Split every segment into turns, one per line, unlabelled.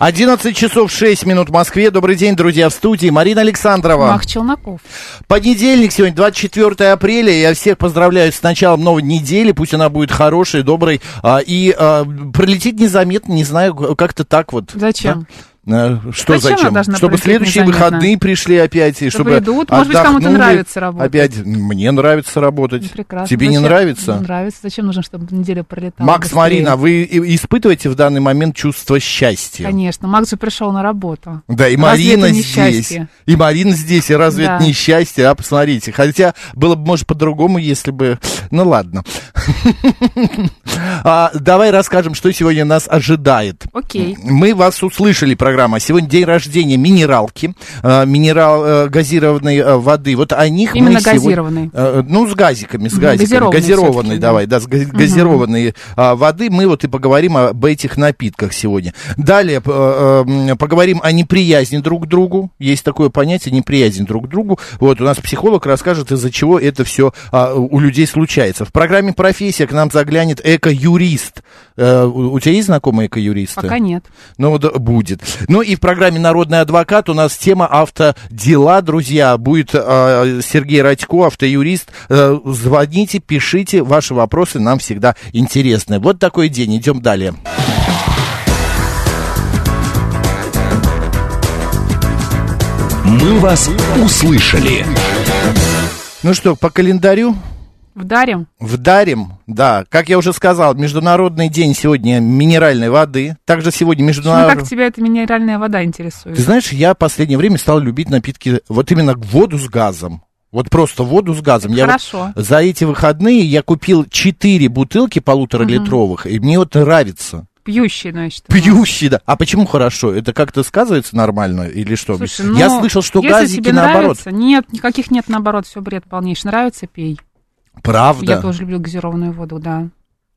11 часов 6 минут в Москве. Добрый день, друзья, в студии Марина Александрова.
Мах Челноков.
Понедельник сегодня, 24 апреля. Я всех поздравляю с началом новой недели. Пусть она будет хорошей, доброй. а, И а, пролетит незаметно, не знаю, как-то так вот.
Зачем?
Да? Э,
Зачем она
Что зачем?
должна
чтобы
пролететь
следующие
незаметно?
выходные пришли опять, и чтобы
идут. Может быть, кому-то
отдохнули.
нравится работать. Ну,
Опять мне нравится работать.
Прекрасно.
Тебе не
Зачем?
нравится?
Не Нравится. Зачем нужно, чтобы неделя пролетала?
Макс,
быстрее?
Марина, вы и- испытываете в данный момент чувство счастья?
Конечно. Макс же пришел на работу.
Да,
Разве
и Марина
это не
здесь.
счастье?
И Марина здесь, и разве
Да.
это не счастье? А, посмотрите. Хотя было бы, может, по-другому, если бы... Ну, ладно. А, Давай расскажем, что сегодня нас ожидает.
Окей.
Мы вас услышали, программа. Сегодня день рождения минералки, э, минерал э, газированной э, воды. Вот о них мы
Именно
сегодня-
газированной.
Э, Ну, с газиками, с
Мгм,
газиками.
газированной
Газированной,
всё-таки,
давай, да, с га- газированной а, воды. Мы вот и поговорим об этих напитках сегодня. Далее п- э, м, поговорим о неприязни друг к другу. Есть такое понятие неприязнь друг к другу. Вот у нас психолог расскажет, из-за чего это все у людей случается. В программе «Профессия» к нам заглянет эко-юрист. Э, У у тебя есть знакомые эко-юристы?
Пока нет.
Ну, да, будет. Ну и в программе «Народный адвокат» у нас тема «Автодела», друзья. Будет э, Сергей Радько, автоюрист. Э, звоните, пишите, ваши вопросы нам всегда интересны. Вот такой день, идем далее.
«Мы вас услышали».
Ну что, по календарю
Вдарим.
вдарим. Да, как я уже сказал, Международный день сегодня минеральной воды. Также сегодня
Ну,
международный...
как тебя эта минеральная вода интересует?
Ты знаешь, я в последнее время стал любить напитки, вот именно воду с газом. Вот просто воду с газом. Я вот
Хорошо.
за эти выходные я купил 4 бутылки полуторалитровых, и мне вот нравится.
Пьющий, значит.
Пьющий, да. А почему хорошо? Это как-то сказывается нормально или что?
Слушай, ну,
я слышал, что
если
газики
тебе
наоборот.
нравится- нет, никаких нет, наоборот, все бред полнейший. Нравится, пей.
Правда.
Я тоже люблю газированную воду, да.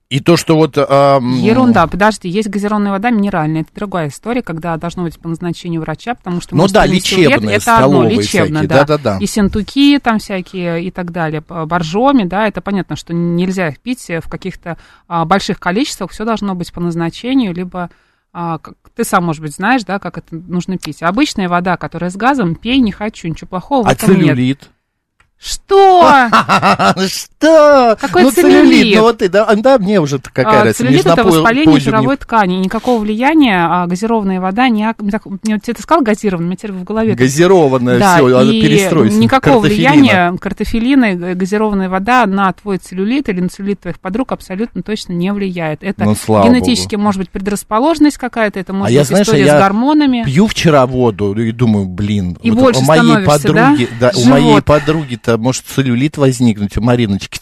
И то, что вот... эм,
Ерунда, подожди, есть газированная вода минеральная, это другая история, когда должно быть по назначению врача, потому что...
Ну
может,
да,
принести
лечебные,
вред, это одно,
столовые
лечебное,
всякие,
да.
да-да-да.
И синтуки там всякие и так далее, п- боржоми, да, это понятно, что нельзя их пить э, в каких-то а, больших количествах, все должно быть по назначению, либо... а, как- ты сам, может быть, знаешь, да, как это нужно пить. Обычная вода, которая с газом, пей, не хочу, ничего плохого в
А
этом нет.
целлюлит?
Что?
Что?
Какой
ну,
целлюлит?
Ну, вот и да, да, мне уже какая
А,
разница. мне
целлюлит
ж на
это
по-
воспаление
позже мне-
жировой ткани. и Никакого влияния а, газированная вода не... ок- мне так- Мне вот это сказал газированная, у меня теперь в голове...
Газированное все,
да,
надо
и
перестройся.
никакого
Картофелина.
влияния картофелина и г- газированная вода на твой целлюлит или на целлюлит твоих подруг абсолютно точно не влияет. Это
Ну, слава
генетически может быть предрасположенность какая-то, это может
я,
быть
знаешь, а
история
я
с гормонами.
Пью вчера воду и думаю, блин,
И
вот
больше
у моей
становишься,
подруги,
да?
у моей
Живот.
подруги-то может целлюлит возникнуть у Мариночки.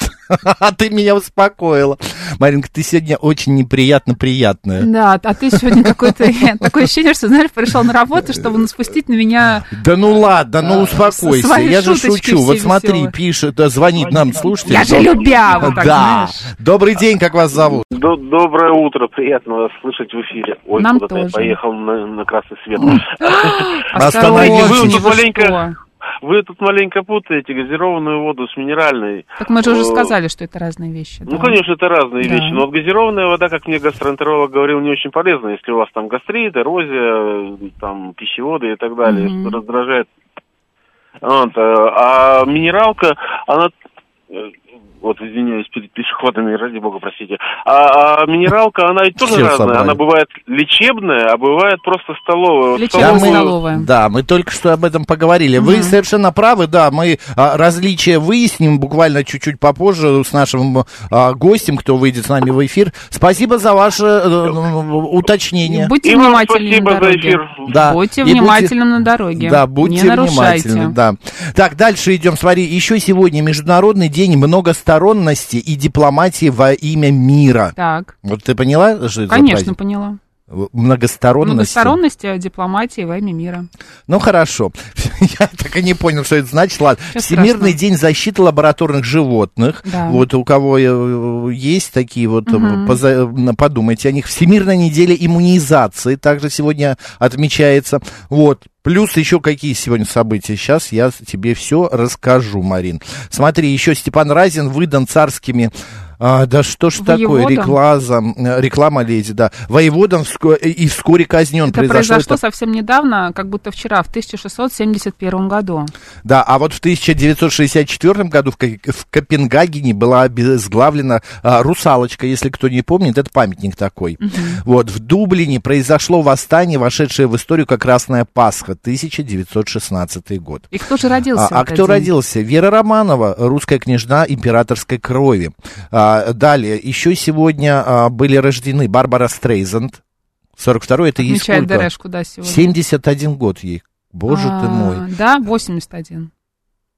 А ты меня успокоила. Маринка, ты сегодня очень неприятно приятная.
Да, а ты сегодня какой-то такое ощущение, что, знаешь, пришел на работу, чтобы наспустить на меня
Да ну ладно, ну
А,
успокойся,
свои
я же
шуточки
шучу.
все
Вот смотри,
веселые.
пишет, да, звонит нам, слушайте.
«Я же любя», вот так,
Да.
знаешь.
Добрый день, как вас зовут?
До- доброе утро, приятно вас слышать в эфире. Ой,
Нам
куда-то я
тоже.
поехал на, на красный свет.
Остановите,
осторожно,
вы тут
вы
маленько-
что?
Вы тут маленько путаете газированную воду с минеральной.
Так мы же уже
Э,
сказали, что это разные вещи.
Ну,
да.
конечно, это разные
Да.
вещи, но вот газированная вода, как мне гастроэнтеролог говорил, не очень полезна, если у вас там гастрит, эрозия, э, там пищеводы и так далее,
Мгм.
это раздражает. Вот, э, а минералка, она э, вот извиняюсь перед пешеходами, ради бога, простите. А, а минералка, она ведь тоже
Всех
разная.
собрали.
Она бывает лечебная, а бывает просто столовая. Вот
Лечебная.
столовую-
столовая.
да, мы только что об этом поговорили. Вы совершенно правы, да, мы а, различия выясним буквально чуть-чуть попозже с нашим а, гостем, кто выйдет с нами в эфир. Спасибо за ваше э, м, уточнение.
Будьте
И вам
внимательны на
спасибо за
дороге.
эфир.
Да.
Будьте
И будьте-
внимательны на дороге.
Да, будьте
Не нарушайте.
внимательны. Да. Так, дальше идем. Смотри, еще сегодня Международный день многосторонности и дипломатии во имя мира.
Так,
Вот ты поняла, что это за
конечно,
праздник?
поняла.
Многосторонность.
Многосторонность, э, дипломатия во имя мира.
Ну хорошо. Я так и не понял, что это значит. Ладно.
Ничего
Всемирный
страшного.
день защиты лабораторных животных.
Да.
Вот у кого э, есть такие вот, э, поза- э, подумайте о них. Всемирная неделя иммунизации также сегодня отмечается. Вот. Плюс еще какие сегодня события. Сейчас я тебе все расскажу, Марин. Смотри, еще Степан Разин выдан царскими... а, да что ж такое,
Воеводам?
рекламам, реклама леди, да. Воеводом вско- и вскоре казнен.
Это произошло совсем недавно, как будто вчера, в 1671 году.
Да, а вот в 1964 году в Ка- в Копенгагене была обезглавлена а, русалочка, если кто не помнит, это памятник такой. Вот, в Дублине произошло восстание, вошедшее в историю как Красная Пасха, 1916 год.
И кто же родился?
А,
в
а
этот
кто
день?
родился? Вера Романова, русская княжна императорской крови. А, далее, еще сегодня а, были рождены Барбара Стрейзанд, 42-й, это ей
Отмечает
сколько?
Дерешку, да, сегодня.
71 год ей. Боже ты
А,
мой.
Да, 81.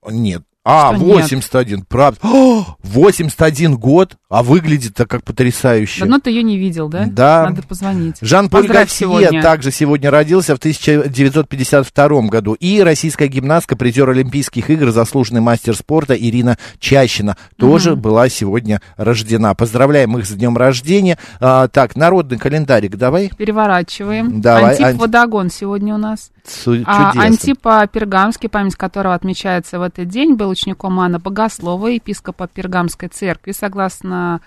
Нет. А,
Что нет?
81, правда. О, 81 год, а выглядит так как потрясающе.
Давно ты ее не видел, да?
Да.
Надо позвонить.
Жан-Поль
Ну, Поздравь
Готье
сегодня.
также сегодня родился в 1952 году. И российская гимнастка, призер Олимпийских игр, заслуженный мастер спорта Ирина Чащина тоже была сегодня рождена. Поздравляем их с днем рождения. А, так, народный календарик давай.
Переворачиваем.
Давай,
Антип
Антип.
Водогон сегодня у нас.
Су-
А,
чудесно.
Антипа Пергамский, память которого отмечается в этот день, был учеником Анна Богослова, епископа Пергамской церкви. Согласно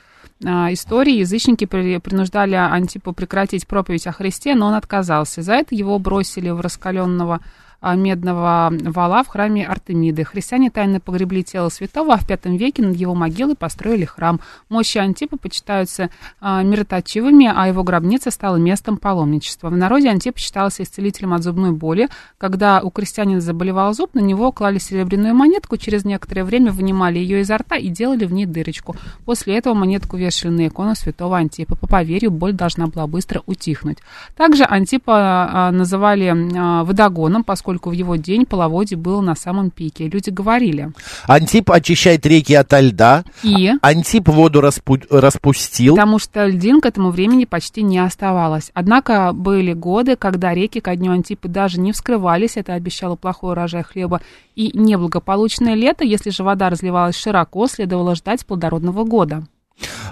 а, истории, язычники при- принуждали Антипу прекратить проповедь о Христе, но он отказался. За это его бросили в раскаленного а, медного вала в храме Артемиды. Христиане тайно погребли тело святого, а в V веке над его могилой построили храм. Мощи Антипа почитаются а, мироточивыми, а его гробница стала местом паломничества. В народе Антип считался исцелителем от зубной боли. Когда у крестьянина заболевал зуб, на него клали серебряную монетку, через некоторое время вынимали ее изо рта и делали в ней дырочку. После этого монетку вешали на икону святого Антипа. По поверью, боль должна была быстро утихнуть. Также Антипа а, называли а, водогоном, поскольку в его день половодье было на самом пике. Люди говорили.
Антип очищает реки ото льда.
И...
Антип воду распу- распустил.
Э? Потому что льдин к этому времени почти не оставалось. Однако были годы, когда реки ко дню Антипы даже не вскрывались, это обещало плохой урожай хлеба и неблагополучное лето. Если же вода разливалась широко, следовало ждать плодородного года.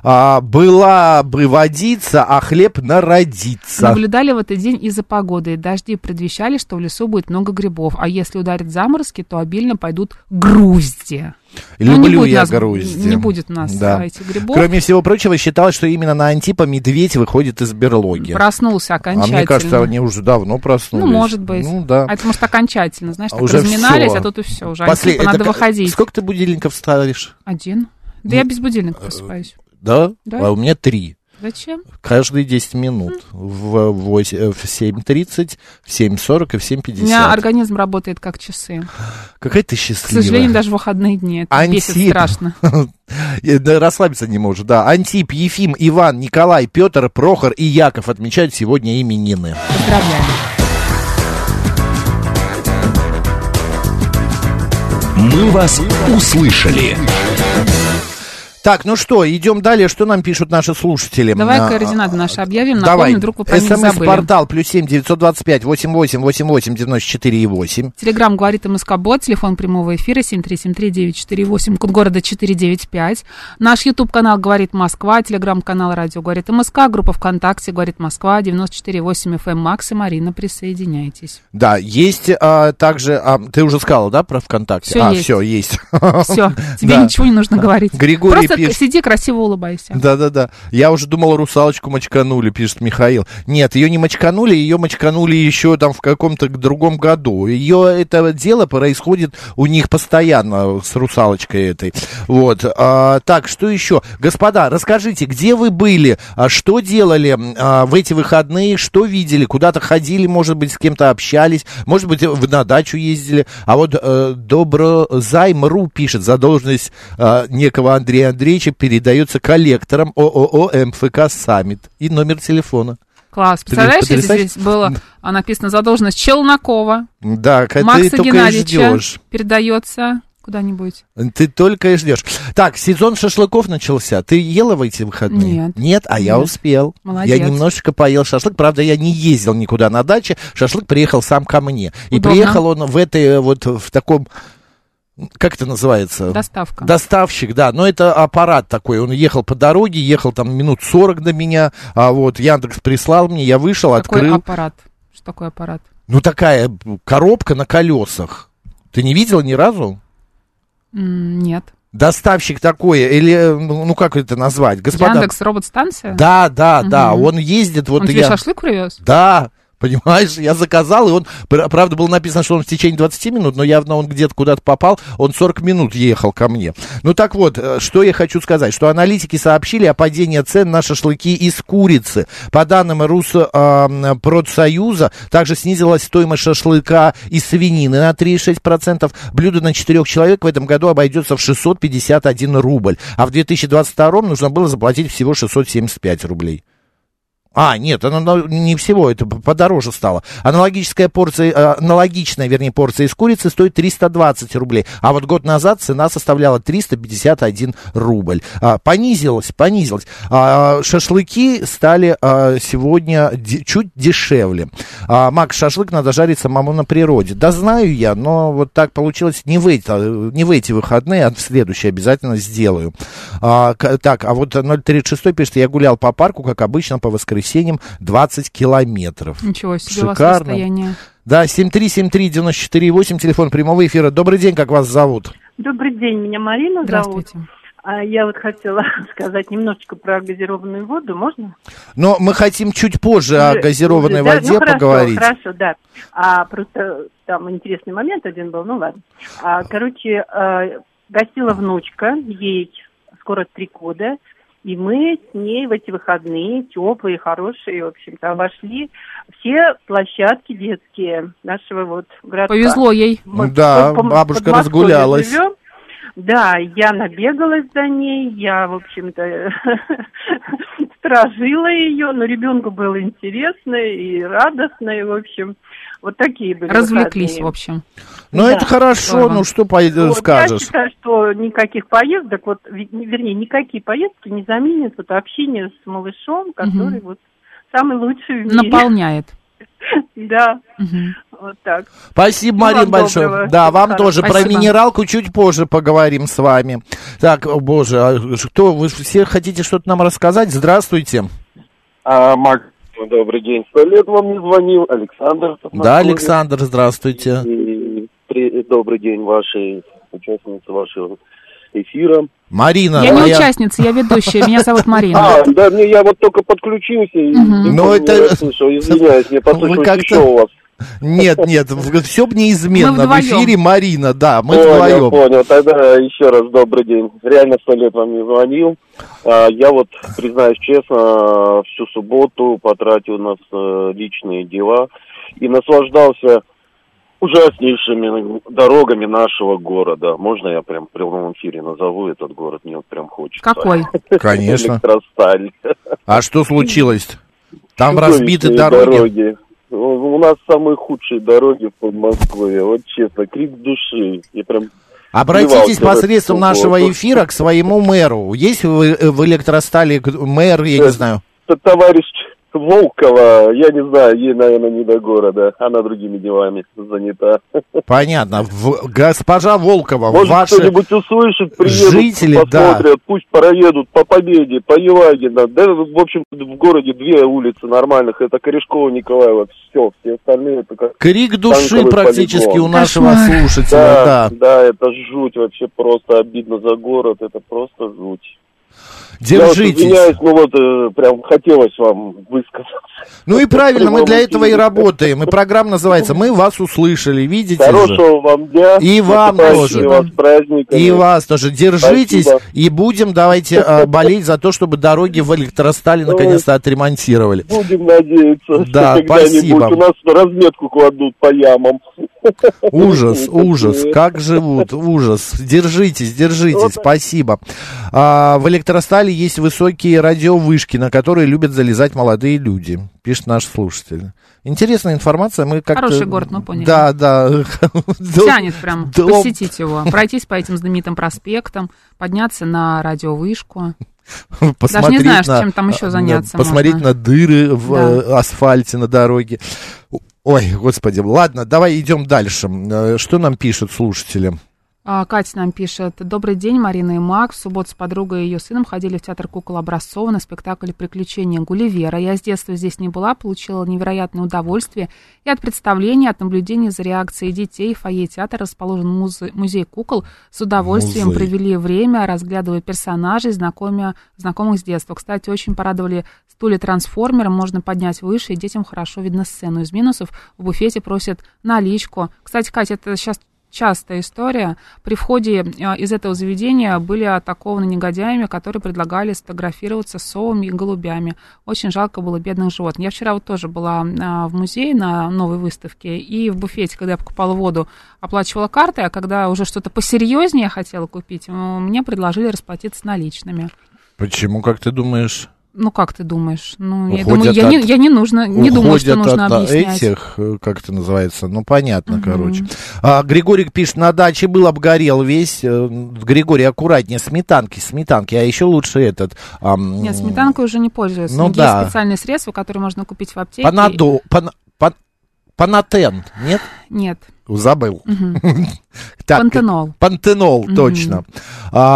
А, была бы водиться, а хлеб народиться.
Наблюдали в этот день из-за погоды, и дожди предвещали, что в лесу будет много грибов, а если ударят заморозки, то обильно пойдут грузди. Ну, не
Люблю
будет
я
нас-
Груздию.
не будет у нас,
Да.
а, этих грибов.
Кроме всего прочего, считалось, что именно на Антипа медведь выходит из берлоги.
Проснулся
А
окончательно.
мне кажется, они уже давно проснулись.
Ну, может быть.
Ну, да.
А это, может, окончательно, знаешь,
А
так
уже
разминались,
всё.
а тут и все, уже
После-
Антипа,
это
надо
ка-
выходить.
Сколько ты будильников ставишь?
Один. Да я без будильника просыпаюсь.
э, Да?
Да.
А у меня три.
Зачем? Хм.
Каждые 10 минут. В, вось- э, в 7.30, в 7.40 и в
У меня
7.50.
организм работает как часы.
Какая ты
К
счастливая.
сожалению, даже в выходные дни. Это бесит
Антип.
страшно.
Э, да, расслабиться не может, да. Антип, Ефим, Иван, Николай, Петр, Прохор и Яков отмечают сегодня именины.
Поздравляю.
«Мы вас услышали».
Так, ну что, идем далее. Что нам пишут наши слушатели?
Давай
А,
координаты наши объявим.
Давай.
Напомню, вдруг вы про них забыли.
СМС-портал плюс семь девятьсот двадцать пять восемь восемь восемь восемь девяносто четыре и восемь.
Телеграмм говорит МСК Бот, телефон прямого эфира 7373948, код города 495. Наш YouTube-канал «Говорит Москва», телеграм-канал «Радио говорит МСК», группа ВКонтакте «Говорит Москва», 94.8 FM Макс и Марина, эм присоединяйтесь.
Да, есть а, также... а, ты уже сказала, да, про ВКонтакте?
Всё
а,
есть.
все, есть.
Все, тебе
Да.
ничего не нужно говорить.
Григорий
Просто Просто
пишет.
сиди, красиво улыбайся.
Да-да-да. Я уже думал, русалочку мочканули, пишет Михаил. Нет, ее не мочканули, ее мочканули еще там в каком-то другом году. Ее это дело происходит у них постоянно с русалочкой этой. Вот. А, так, что еще? Господа, расскажите, где вы были, А что делали а, в эти выходные, что видели, куда-то ходили, может быть, с кем-то общались, может быть, в- на дачу ездили. А вот э, Доброзайм.ру пишет, задолженность э, некого Андрея Андреевича передается коллекторам ООО МФК «Саммит» и номер телефона.
Класс.
Ты
Представляешь, если
потрясаешь?
здесь было а, написано задолженность Челнокова,
Да, к- ты
Макса
только и
Геннадьевича
ждешь.
передается куда-нибудь.
Ты только и ждешь. Так, сезон шашлыков начался. Ты ела в эти выходные?
Нет.
Нет, а я
Нет.
успел.
Молодец.
Я немножечко поел шашлык. Правда, я не ездил никуда на даче. Шашлык приехал сам ко мне. И
Удобно.
приехал он в этой э, вот в таком... Как это называется?
Доставка.
Доставщик, да, но это аппарат такой, он ехал по дороге, ехал там минут 40 до меня, а вот Яндекс прислал мне, я вышел,
Какой
открыл,
аппарат? Что такое аппарат?
ну такая коробка на колесах, ты не видела ни разу?
М, Нет.
Доставщик такой, или, э, ну ну, как это назвать, господа?
Яндекс робот-станция?
Да, да, да,
Мгм.
он ездит, вот
Он
и
тебе
я...
шашлык привез?
Да, понимаешь, я заказал, и он, пр- правда, было написано, что он в течение 20 минут, но явно он где-то куда-то попал, он 40 минут ехал ко мне. Ну так вот, э, что я хочу сказать, что аналитики сообщили о падении цен на шашлыки из курицы. По данным Руспродсоюза, также снизилась стоимость шашлыка из свинины на 3,6%. Блюдо на 4 человек в этом году обойдется в 651 рубль, а в 2022 нужно было заплатить всего 675 рублей. А, нет, оно на- не всего, это п- подороже стало. Аналогическая порция, э, аналогичная, вернее, порция из курицы стоит 320 рублей. А вот год назад цена составляла 351 рубль. А, понизилась, понизилась. А, шашлыки стали а, сегодня де- чуть дешевле. А, Макс, шашлык надо жарить самому на природе. Да знаю я, но вот так получилось не в эти, не в эти выходные, а в следующие обязательно сделаю. А, к- так, а вот 036 пишет, я гулял по парку, как обычно, по воскресеньям 20 километров.
Ничего себе у вас
Шикарно.
состояние.
Да, 7373948, телефон прямого эфира. Добрый день, как вас зовут?
Добрый день, меня Марина зовут.
Здравствуйте.
А я вот хотела сказать немножечко про газированную воду, можно?
Но мы хотим чуть позже о
Уже-
газированной
уже, Э, да?
воде
Ну, хорошо,
поговорить.
Хорошо, да. А просто там интересный момент один был, ну ладно. А, короче, а, гостила внучка, ей скоро три года, и мы с ней в эти выходные теплые, хорошие, в общем-то, обошли все площадки детские нашего вот городка.
Повезло ей.
Мы
Да,
в Пом-
бабушка
Подмосковье
разгулялась.
живем. Да, я набегалась за ней, я, в общем-то, сторожила ее, но ребенку было интересно и радостно, и, в общем, вот такие были.
Развлеклись, в
выходные.
общем.
Ну,
Да.
это хорошо,
Здорово.
ну что пойдёшь,
Вот, Я
скажешь.
считаю, что никаких поездок, вот, ви- вернее, никакие поездки не заменят вот общение с малышом, который вот самый лучший в мире.
Наполняет.
Да,
Мгм.
вот так.
Спасибо,
Всего
Марина,
Ну, вам
большое.
доброго.
Да,
Всего
вам
хорошего.
тоже. Про
Спасибо.
минералку чуть позже поговорим с вами. Так, о боже, а что, вы все хотите что-то нам рассказать? Здравствуйте.
А, Макс, добрый день. Сто лет вам не звонил. Александр.
Да, Александр, здравствуйте.
И при- добрый день вашей участнице вашего эфира.
Марина,
Я не
моя-
участница, я ведущая. Меня зовут Марина.
А, да, мне я вот только подключился и
Мгм.
не
Ну,
понял,
это-
я слышал. Извиняюсь, мне
Вы
послышалось
как-то
еще у вас.
Нет, нет, все бы
Мы
неизменно. В
вдвоем.
эфире Марина, да, мы
понял,
вдвоем.
понял. Тогда еще раз добрый день. Реально сто лет вам не звонил. А, Я вот, признаюсь честно, всю субботу потратил на э, личные дела и наслаждался ужаснейшими дорогами нашего города. Можно я прям в прямом эфире назову этот город? Мне вот прям хочется.
Какой?
Конечно.
Электросталь.
А что случилось? Там
Чудовищные
разбиты дороги.
У у нас самые худшие дороги в Подмосковье. Вот честно, крик души. Я прям
Обратитесь
Плевал, давай,
посредством
что
нашего
было.
эфира к своему мэру. Есть в, э, в электростале к- мэр, я не
Нет.
знаю.
Т- Э, товарищ Волкова, я не знаю, ей, наверное, не до города. Она другими делами занята.
Понятно. В- госпожа Волкова,
Может,
А ваши...
кто-нибудь услышит, приедут,
жители,
посмотрят, пусть проедут по Победе, по Елагина. Да, в общем, в городе две улицы нормальных. Это Корешкова, Николаева, все. Все остальные это как...
Крик души
Танковый
практически
полигон.
у нашего
Кошмар.
слушателя,
Да,
да.
да, это жуть вообще просто обидно за город, это просто жуть. Я вот
Держитесь.
извиняюсь, ну вот э, прям хотелось вам высказаться.
Ну и правильно, мы для
прямом
этого и
эфире.
работаем. И программа называется «Мы вас услышали», видите же.
Хорошего вам дня. Ну,
И вам
Наступающими
тоже.
вас праздниками.
И вас тоже. Держитесь
Спасибо.
и будем, давайте, э, болеть за то, чтобы дороги в электростале наконец-то отремонтировали.
Будем надеяться,
Да,
что когда-нибудь
спасибо.
у нас разметку кладут по ямам.
Ужас, ужас,
Такие.
как живут, ужас. Держитесь, держитесь,
Вот.
спасибо. А, в электростале есть высокие радиовышки, на которые любят залезать молодые люди, пишет наш слушатель. Интересная информация, мы как-то...
Хороший город, мы поняли.
Да, да.
Тянет прям
Да.
посетить его, пройтись по этим знаменитым проспектам, подняться на радиовышку.
Посмотреть
не знаешь,
на- а,
чем там еще
на-
заняться
Посмотреть
можно.
на дыры в э, асфальте на дороге. Ой, господи. Ладно, давай идем дальше. Э, Что нам пишут слушатели?
А, Катя нам пишет. Добрый день, Марина и Макс. В субботу с подругой и ее сыном ходили в театр кукол Образцова на спектакль «Приключения Гулливера». Я с детства здесь не была, получила невероятное удовольствие и от представления, и от наблюдения за реакцией детей. В фойе театра расположен музе- музей кукол. С удовольствием
Музей.
провели время, разглядывая персонажей, знакомя, знакомых с детства. Кстати, очень порадовали стулья трансформера. Можно поднять выше, и детям хорошо видно сцену. Из минусов в буфете просят наличку. Кстати, Катя, это сейчас частая история. При входе э, из этого заведения были атакованы негодяями, которые предлагали сфотографироваться с совами и голубями. Очень жалко было бедных животных. Я вчера вот тоже была а, в музее на новой выставке, и в буфете, когда я покупала воду, оплачивала картой, а когда уже что-то посерьезнее хотела купить, м, мне предложили расплатиться наличными.
Почему, как ты думаешь?
Ну, как ты думаешь? Ну, я думаю,
Уходят
я, не,
от-
я не, нужно, не думаю, что
уходят
нужно
от а,
объяснять.
этих, э, как это называется, ну понятно, короче. А, Григорий пишет, на даче был, обгорел весь. Э, Григорий, аккуратнее, сметанки, сметанки, а еще лучше этот... ам,
Нет, сметанкой уже не пользуются.
Ну
Но
да.
Есть специальные средства, которые можно купить в аптеке.
Панадо, пан- пан- панатен, нет?
Нет.
Забыл. Так,
Пантенол.
Пантенол, точно.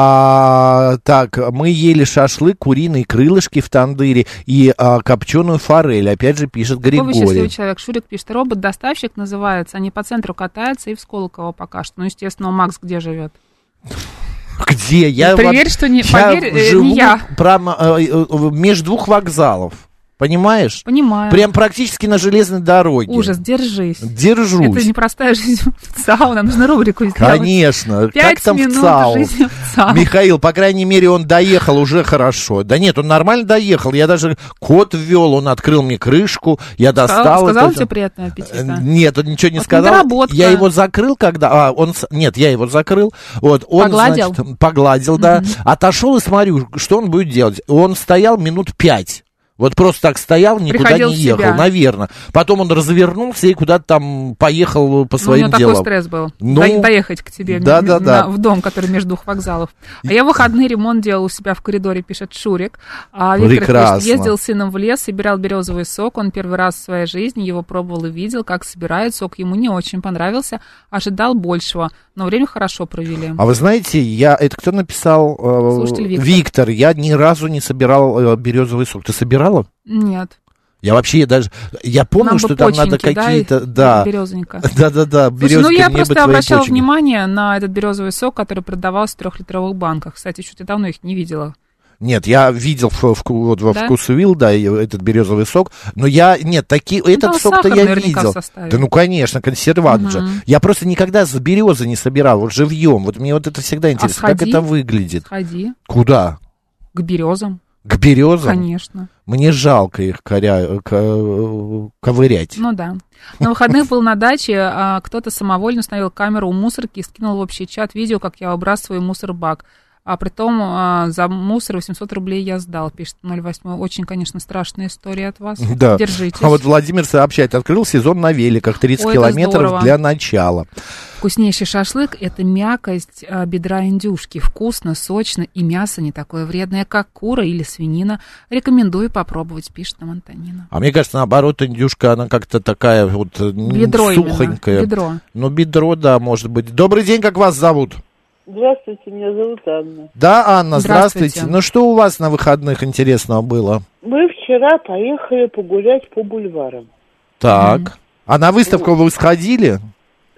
А, так, мы ели шашлык, куриные крылышки в тандыре и а, копченую форель. Опять же, пишет
Какой вы счастливый
Григорий.
человек. Шурик пишет, робот-доставщик называется, они по центру катаются и в Сколково пока что. Ну, естественно, у Макс где живет?
Где? Я
Ну, Проверь,
вот-
что не-
я
поверь, э, не
живу
я.
прямо, э, э, в- между двух вокзалов. Понимаешь?
Понимаю.
Прям практически на железной дороге.
Ужас, держись. Это
Держусь.
непростая жизнь в ЦАУ, нам нужно рубрику сделать.
Конечно.
Пять
как там в
минут
ЦАО?
жизни в ЦАО.
Михаил, по крайней мере, он доехал уже хорошо. Да нет, он нормально доехал. Я даже код ввел, он открыл мне крышку, я достал.
Сказал,
это
сказал
всё.
тебе приятного
Э,
аппетита?
Нет, он ничего не
Вот
сказал.
недоработка.
Я его закрыл, когда... А, он... с- Нет, я его закрыл. Вот, он,
Погладил?
значит, погладил, да. Отошел и смотрю, что он будет делать. Он стоял минут пять. Вот просто так стоял, никуда
Приходил
не
в
ехал,
себя.
наверное. Потом он развернулся и куда-то там поехал по
Ну, у него
своим
такой
делам.
стресс был.
Ну,
До- доехать к тебе
да,
м- на-
да, да.
в дом, который между двух вокзалов. А я в выходные ремонт делал у себя в коридоре, пишет Шурик. А Виктор
Прекрасно.
пишет, ездил с сыном в лес, собирал березовый сок. Он первый раз в своей жизни его пробовал и видел, как собирают. Сок ему не очень понравился, ожидал большего. Но время хорошо провели.
А вы знаете, я это кто написал? Э,
Слушатель Виктор.
Виктор, я ни разу не собирал э, березовый сок. Ты собирала?
Нет.
Я вообще даже я помню,
Нам бы
что там надо
поченьки, да,
какие-то
и-
да,
березонька.
да, да, да,
Слушай,
березки,
ну я
мне бы
просто
твои
обращала
почки.
внимание на этот березовый сок, который продавался в трехлитровых банках. Кстати, что-то давно их не видела.
Нет, я видел в, в- вот во
Да?
вкусвилл, да, и этот березовый сок, но я нет такие этот
Ну, там
сок-то
сахар
я
наверняка в
видел.
составе.
Да ну конечно, консервант же. Я просто никогда за березы не собирал, вот живьем. Вот мне вот это
А
всегда интересно, как
сходи?
это выглядит.
Сходи
Куда?
к березам,
К березам?
конечно.
Мне жалко их коря... ко- ковырять.
Ну да. На выходных был на даче, а, кто-то самовольно установил камеру у мусорки и скинул в общий чат видео, как я выбрасываю мусор в бак. А притом а, за мусор 800 рублей я сдал, пишет 08. Очень, конечно, страшная история от вас.
Да.
Держитесь.
А вот Владимир сообщает, открыл сезон на великах 30
Ой, это
километров
здорово.
для начала.
Вкуснейший шашлык – это мякость а, бедра индюшки. Вкусно, сочно и мясо не такое вредное, как кура или свинина. Рекомендую попробовать, пишет нам Антонина.
А мне кажется, наоборот, индюшка, она как-то такая вот э, м,
Бедро именно,
сухонькая.
бедро.
Ну, бедро, да, может быть. Добрый день, как вас зовут?
Здравствуйте, меня зовут Анна.
Да, Анна, здравствуйте.
Здравствуйте.
Ну, что у вас на выходных интересного было?
Мы вчера поехали погулять по бульварам.
Так. А на выставку вы сходили?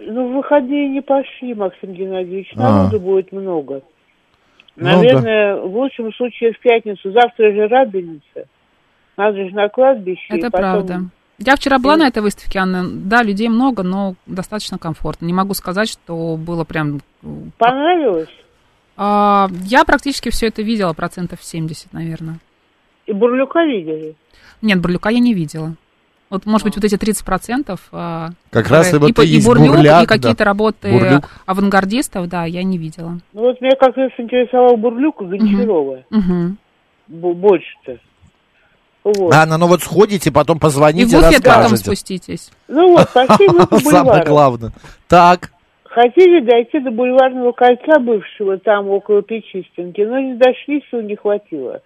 Ну, в выходные не пошли, Максим Геннадьевич,
А.
народу будет много.
Ну, да.
Наверное, в лучшем случае в пятницу. Завтра же Радоница. Надо же на кладбище. и
Это
потом-
правда. Я вчера была на этой выставке, Анна. Да, людей много, но достаточно комфортно. Не могу сказать, что было прям... э,
Понравилось?
А, я практически все это видела, процентов 70, наверное.
И Бурлюка видели? А.
Нет, Бурлюка я не видела. Вот, может быть, вот эти 30 процентов...
Как раз и вот и есть
Бурлюк,
Бурляк,
и какие-то
да.
работы
Бурлюк.
авангардистов, да, я не видела.
Ну вот меня как раз интересовал Бурлюк и Гончарова.
Мгм.
Бо- Больше-то. Вот.
Анна, ну вот сходите, потом
И в
позвоните,
буфет потом
расскажете.
спуститесь.
Ну вот, пошли мы по
Самое
бульвару.
главное. Так,
Хотели дойти до бульварного кольца бывшего, там около Причистенки, но не дошли, сил не хватило.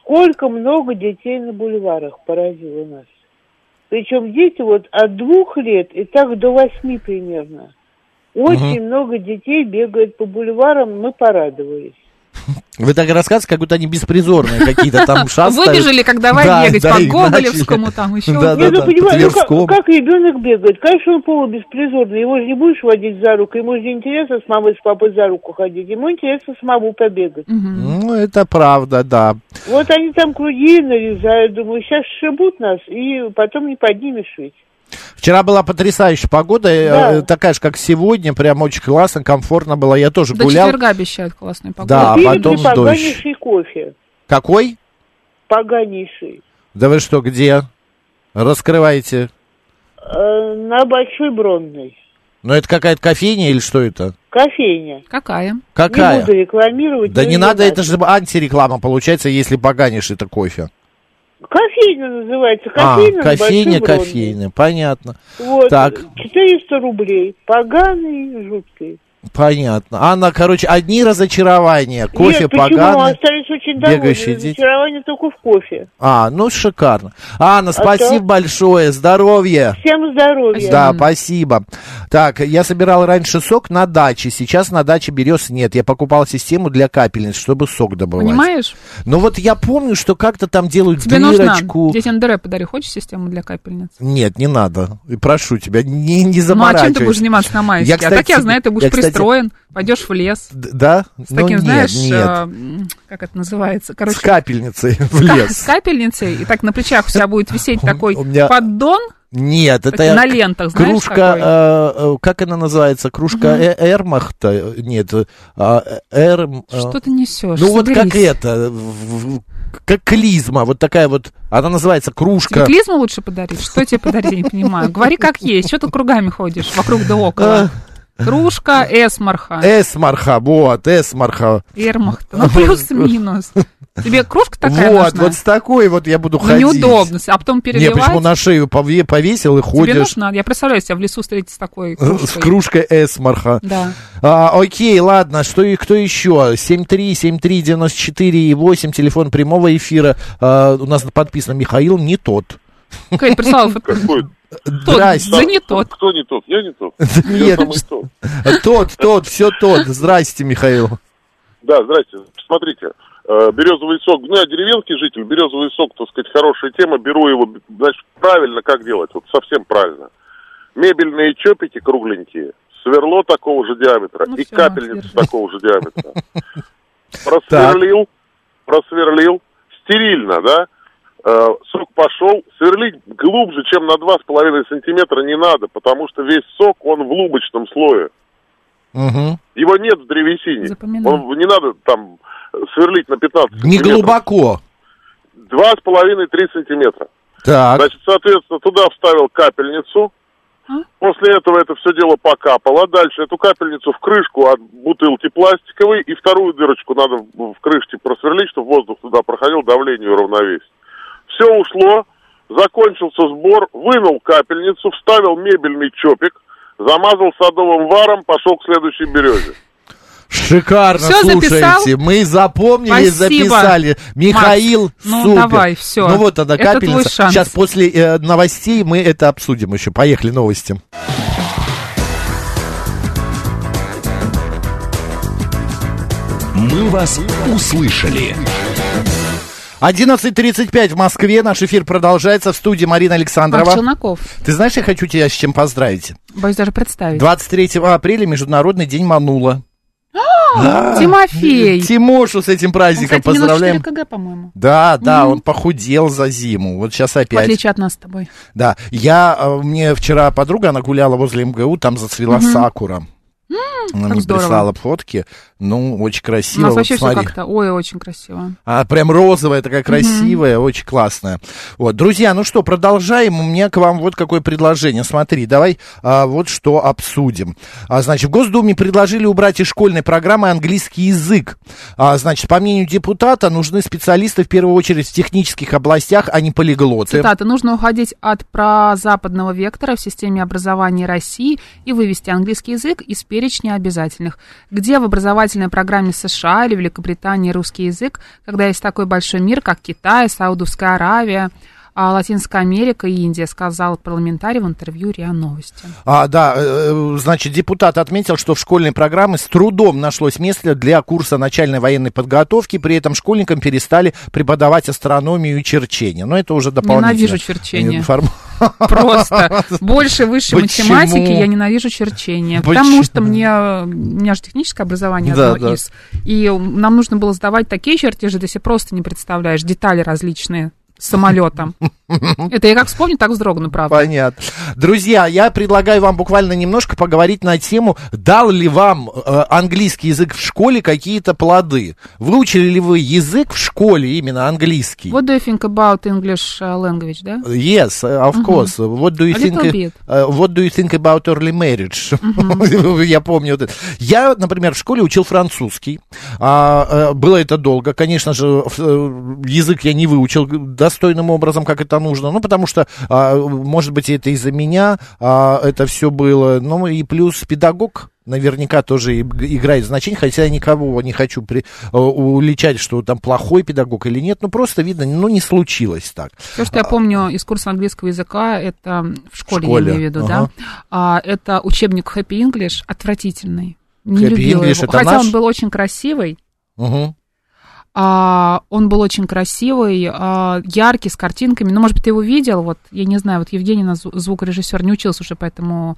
Сколько много детей на бульварах поразило нас. Причем дети вот от двух лет и так до восьми примерно. Очень много детей бегает по бульварам, мы порадовались.
вы так рассказываете, как будто они беспризорные какие-то там шастают.
Выбежали, как давай
Да,
бегать
да,
по
и начали.
Гоголевскому там еще.
Да,
Я
да,
ну,
да, по
понимаю, ну, как,
Тверскому.
как ребенок бегает? Конечно, он полубеспризорный, его же не будешь водить за руку, ему же не интересно с мамой, с папой за руку ходить, ему интересно самому побегать.
Ну, это правда, да.
Вот они там круги нарезают, думаю, сейчас шибут нас, и потом не поднимешь ведь.
Вчера была потрясающая погода, э,
Да.
э, такая же, как сегодня, прям очень классно, комфортно было. Я тоже
До
гулял.
четверга обещают классную погоду.
Да, а
Пили
потом дождь.
поганейший кофе,
Какой?
поганейший,
Да вы что, где? Раскрывайте.
Э, на Большой Бронной,
Ну, это какая-то кофейня или что это?
кофейня.
Какая?
Не
Какая?
буду рекламировать. ну,
Да
но
не надо, это
надо.
же антиреклама получается, если поганишь это кофе.
Кофейня называется,
А,
кофейня на
кофейня,
Большой Бронной.
кофейня, понятно,
Вот,
Так.
400 рублей, поганый, жуткий.
понятно. Анна, короче, одни разочарования, кофе
Нет, почему?
поганый.
Остались очень довольны.
бегающие дети.
Разочарование только в кофе.
А, ну шикарно.
А
Анна, спасибо
то-
большое, здоровья.
Всем здоровья.
Да, спасибо. Так, я собирал раньше сок на даче, сейчас на даче берез нет. Я покупал систему для капельниц, чтобы сок добывать.
Понимаешь?
Но вот я помню, что как-то там делают
Тебе
дырочку.
нужна. Детям ДР подарю. Хочешь систему для капельниц?
Нет, не надо. И Прошу тебя, не, не
Ну, а чем
заморачивайся.
ты будешь заниматься на майске?
Я,
а так я
кстати,
знаю, ты будешь
я, кстати,
пристроен, пойдешь в лес.
Д- Да? Ну,
С таким,
нет,
знаешь,
нет.
э, м, как это называется? Короче,
С капельницей в
ка-
лес.
с капельницей, и так на плечах у тебя будет висеть такой
у меня-
поддон,
Нет, это
Так, на
к-
лентах, знаешь,
кружка,
такой?
э, э, как она называется, кружка э- Эрмахта, нет, э, э, Эрм... э,
что ты несешь?
Ну вот как это, в- в- как клизма, вот такая вот, она называется кружка.
Тебе клизму лучше подарить? Что тебе подарить, я не понимаю. Говори как есть, что ты кругами ходишь, вокруг да около.
А.
Кружка эсмарха,
Э. Эсмарха, вот, эсмарха.
эрмахта, ну плюс-минус. Тебе кружка такая
вот,
нужна?
вот с такой вот я буду
Ну,
ходить.
неудобно, а потом
Не, почему
переливать.
на шею пове- повесил и
Тебе
ходишь Э,
нужно, я представляю себя в лесу встретить с такой
с
кружкой.
кружкой эсмарха.
Да.
А, окей, ладно, что и кто еще? 7373948, и восемь телефон прямого эфира. А, у нас подписано Михаил не тот.
Кать прислала фото.
Какой?
Здрасте.
Да не тот.
Кто не тот? Я не тот.
Нет, тот, тот, все тот. Здрасте, Михаил.
Да, здрасте. Смотрите, э, березовый сок, ну, я деревенский житель, березовый сок, так сказать, хорошая тема, беру его, значит, правильно как делать, вот совсем правильно. Мебельные чопики кругленькие, сверло такого же диаметра
Ну
и
всё,
капельница
держи.
такого же диаметра. Просверлил, просверлил, стерильно, да, Э, сок пошел, сверлить глубже, чем на 2,5 сантиметра не надо, потому что весь сок, он в лубочном слое.
Мгм.
Его нет в древесине.
Запоминаю.
Он, не надо там э, сверлить на 15
Не
сантиметров.
глубоко.
Два с половиной, три сантиметра.
Так.
Значит, соответственно, туда вставил капельницу. После этого это все дело покапало. Дальше эту капельницу в крышку от бутылки пластиковой и вторую дырочку надо в в крышке просверлить, чтобы воздух туда проходил, давление уравновесить. Все ушло, закончился сбор, вынул капельницу, вставил мебельный чопик, замазал садовым варом, пошел к следующей березе.
Шикарно,
Всё
слушайте.
записал?
Мы запомнили,
Спасибо,
записали. Михаил,
ну,
супер.
давай, всё.
Ну вот она,
Это твой
капельница.
шанс.
Сейчас после э, новостей мы это обсудим еще. Поехали, новости.
«Мы вас услышали».
11.35 в Москве. Наш эфир продолжается. В студии Марина
Марк
Александрова.
Челноков.
Ты знаешь, я хочу тебя с чем поздравить.
Боюсь даже представить.
23 апреля Международный день манула. Да.
А! Тимофей.
А, Тимошу с этим праздником
Он, кстати, минус
поздравляем.
4 кг, по-моему.
Да, да,
Мгм.
он похудел за зиму. Вот сейчас
В
опять.
отличие от нас с тобой.
Да, я э, мне вчера подруга, она гуляла возле МГУ, там зацвела
Мгм.
сакура. Она
как
мне
здорово.
прислала фотки. Ну, очень
У
красиво.
нас
вот
вообще все
смотри.
как-то, ой, очень красиво.
А, прям розовая, такая красивая, очень классная. Вот, друзья, ну что, продолжаем. У меня к вам вот какое предложение. Смотри, давай а, вот что обсудим. А, значит, в Госдуме предложили убрать из школьной программы английский язык. А, значит, по мнению депутата, нужны специалисты в первую очередь в технических областях, а не полиглоты.
Цитата. «Нужно уходить от прозападного вектора в системе образования России и вывести английский язык из перечня обязательных. Где в образовательной программе США или Великобритании русский язык, когда есть такой большой мир, как Китай, Саудовская Аравия, а, Латинская Америка и Индия», сказал парламентарий в интервью РИА Новости.
А, да, э, значит, депутат отметил, что в школьной программе с трудом нашлось место для курса начальной военной подготовки, при этом школьникам перестали преподавать астрономию и черчение. Но это уже дополнительно. э,
Ненавижу черчение.
информ-
Просто больше высшей
Почему?
математики я ненавижу черчение.
Почему?
Потому что мне, э, у меня же техническое образование
Да,
одно
да.
из. И нам нужно было сдавать такие чертежи, ты себе просто не представляешь, детали различные самолета. Это я как вспомню, так вздрогну, правда.
Понятно. Друзья, я предлагаю вам буквально немножко поговорить на тему, дал ли вам э, английский язык в школе какие-то плоды. Выучили ли вы язык в школе, именно английский?
What do you think about English uh, language, да?
Yes, uh, of course. What do you
A
think?
little bit.
uh, what do you think about early marriage? Я помню. вот это. Я, например, в школе учил французский. А, э, было это долго. Конечно же, в- э, язык я не выучил достойным образом, как это нужно. Ну, потому что, а, может быть, это из-за меня а, это все было. Ну, и плюс педагог наверняка тоже и- играет значение, хотя я никого не хочу при- э, уличать, что там плохой педагог или нет, ну просто видно, ну не случилось так.
Все, что я
А.
помню из курса английского языка, это в школе,
школе,
я имею в виду,
ага.
да. А, это учебник Happy English, отвратительный. Не
Happy
любила
English
его.
это
Хотя
наш?
он был очень красивый,
Мгм.
А, он был очень красивый, а, яркий, с картинками. Ну, может быть, ты его видел? Вот, я не знаю, вот Евгений, наш зву- звукорежиссер, не учился уже по этому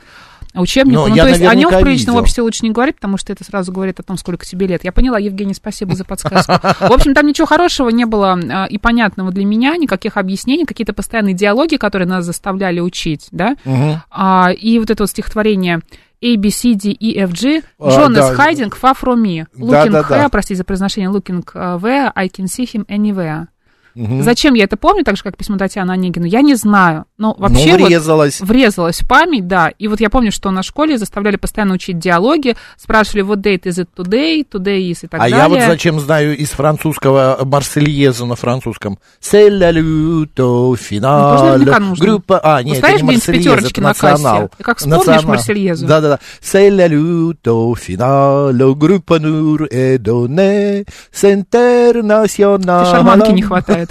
учебнику.
Ну,
ну,
я
то есть о нем в
наверняка
приличном
видел.
обществе лучше не говорить, потому что это сразу говорит о том, сколько тебе лет. Я поняла, Евгений, спасибо за подсказку. В общем, там ничего хорошего не было а, и понятного для меня, никаких объяснений, какие-то постоянные диалоги, которые нас заставляли учить, да?
Мгм.
А, и вот это вот стихотворение A, B, C, D, E, F, G.
А,
John
да.
is hiding far from me.
Да,
Looking
да, да.
where, простите за произношение, looking uh, where, I can see him anywhere.
Мгм.
Зачем я это помню, так же, как письмо Татьяны Онегину, я не знаю. Но вообще вот
Ну, врезалось.
врезалось в память, да. И вот я помню, что на школе заставляли постоянно учить диалоги, спрашивали, what date is it today, today is и так
а
далее.
я вот зачем знаю из французского Марсельеза на французском. «C'est la lutte au
Ну, тоже
finale».
наверняка нужно.
Группа А,
Вот
нет, это
ставишь
не
где-нибудь
Марсельеза,
пятерочки
это
на кассе,
национал.
и как вспомнишь Марсельезу.
Да-да-да. «C'est la lutte au finale, группа nous est donnée,
Ты
s'internationale».
шарманки не хватает.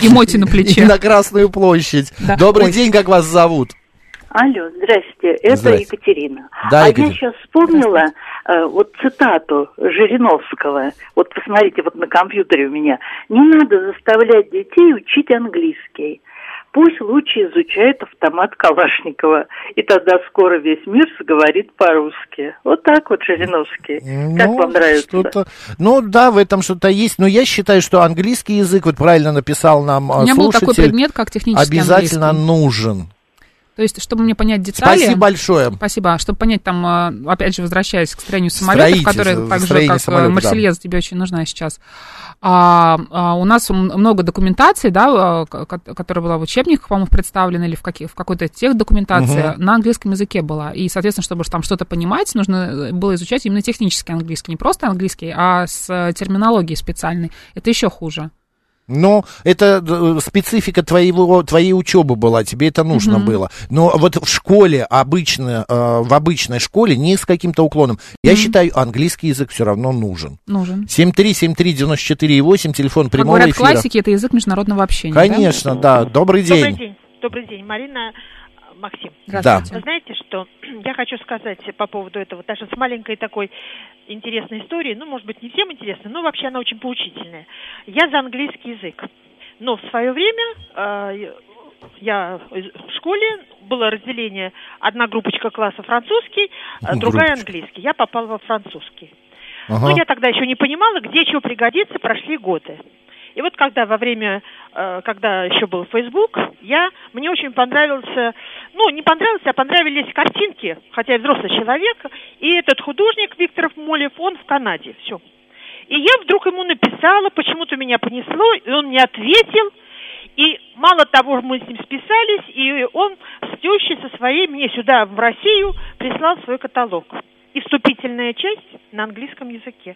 И моти на
И
плече.
на Красную площадь.
Да.
Добрый
Ой.
день, как вас зовут?
Алло, здрасте, это
Здрасте.
Екатерина.
Да,
а
Екатерина.
я сейчас вспомнила э, вот цитату Жириновского. Вот посмотрите, вот на компьютере у меня. Не надо заставлять детей учить английский. Пусть лучше изучают автомат Калашникова, и тогда скоро весь мир заговорит по-русски. Вот так вот Жириновский. как
Ну,
вам нравится?
что-то- Ну да, в этом что-то есть. Но я считаю, что английский язык, вот правильно написал нам
У
а,
меня был такой
слушатель,
предмет, как технический
обязательно
английский.
нужен.
То есть, чтобы мне понять детали...
Спасибо большое.
Спасибо. А Чтобы понять, там, э, опять же, возвращаясь к строению самолетов,
Строитель-
которые так же,
строение
как
самолета, да.
Марсельез, тебе очень нужна сейчас. А, а, у нас м- много документаций, да, э, ко- ко- которая была в учебниках, по-моему, представлена, или в, каки- в какой-то техдокументации,
Мгм.
на английском языке была. И, соответственно, чтобы ж там что-то понимать, нужно э, было изучать именно технический английский. Не просто английский, а с э, терминологией специальной. Это еще хуже.
Но это э, специфика твоего, твоей учебы была, тебе это нужно
Мгм.
было. Но вот в школе, обычно, э, в обычной школе, не с каким-то уклоном, я считаю, английский язык все равно нужен.
Нужен.
7373948, телефон
Как
прямого
А говорят
эфира.
классики, это язык международного общения. да?
Конечно, да. Добрый день.
Добрый день. Добрый день, Марина, э, Максим.
Здравствуйте. Да.
Вы знаете, что я хочу сказать по поводу этого, даже с маленькой такой интересной историей, ну, может быть, не всем интересной, но вообще она очень поучительная. Я за английский язык, но в свое время э, я в школе было разделение, одна группочка класса французский, э, другая
Группочка.
английский. Я попала во французский.
Ага.
Но я тогда еще не понимала, где чего пригодится, прошли годы. И вот когда во время, э, когда еще был Facebook, я, мне очень понравился, ну, не понравился, а понравились картинки, хотя я взрослый человек, и этот художник Виктор Молев, он в Канаде, все. И я вдруг ему написала, почему-то меня понесло, и он мне ответил, и мало того, мы с ним списались, и он с тещей со своей мне сюда, в Россию, прислал свой каталог. И вступительная часть на английском языке.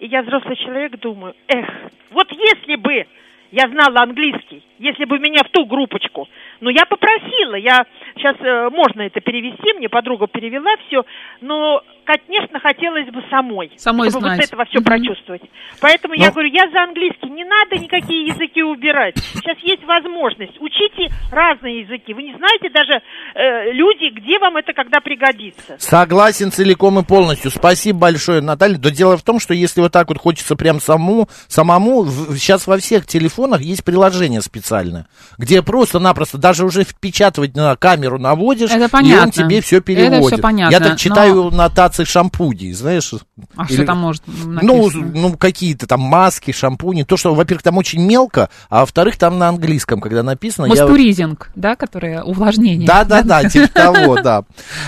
И я, взрослый человек, думаю, эх, вот если бы я знала английский, если бы меня в ту группочку, но я попросила, я сейчас э, можно это перевести, мне подруга перевела все, но, конечно, хотелось бы самой,
Самой
чтобы
знать.
вот этого все прочувствовать. Поэтому я
Ну.
говорю, я за английский, не надо никакие языки убирать. Сейчас есть возможность, учите разные языки. Вы не знаете даже э, люди, где вам это когда пригодится.
Согласен целиком и полностью. Спасибо большое, Наталья. Да дело в том, что если вот так вот хочется прям саму, самому, сейчас во всех телефонах есть приложение специальное, где просто-напросто даже уже впечатывать на камеру наводишь,
Это
и он
понятно.
тебе все
Это всё
переводит.
понятно,
Я так
но-
читаю нотации шампуней, знаешь.
А что там может
Ну,
написано?
ну, какие-то там маски, шампуни. То, что, во-первых, там очень мелко, а во-вторых, там на английском, когда написано. я вот-
Мастуризинг, да, которое увлажнение.
да, да, да, типа того, да.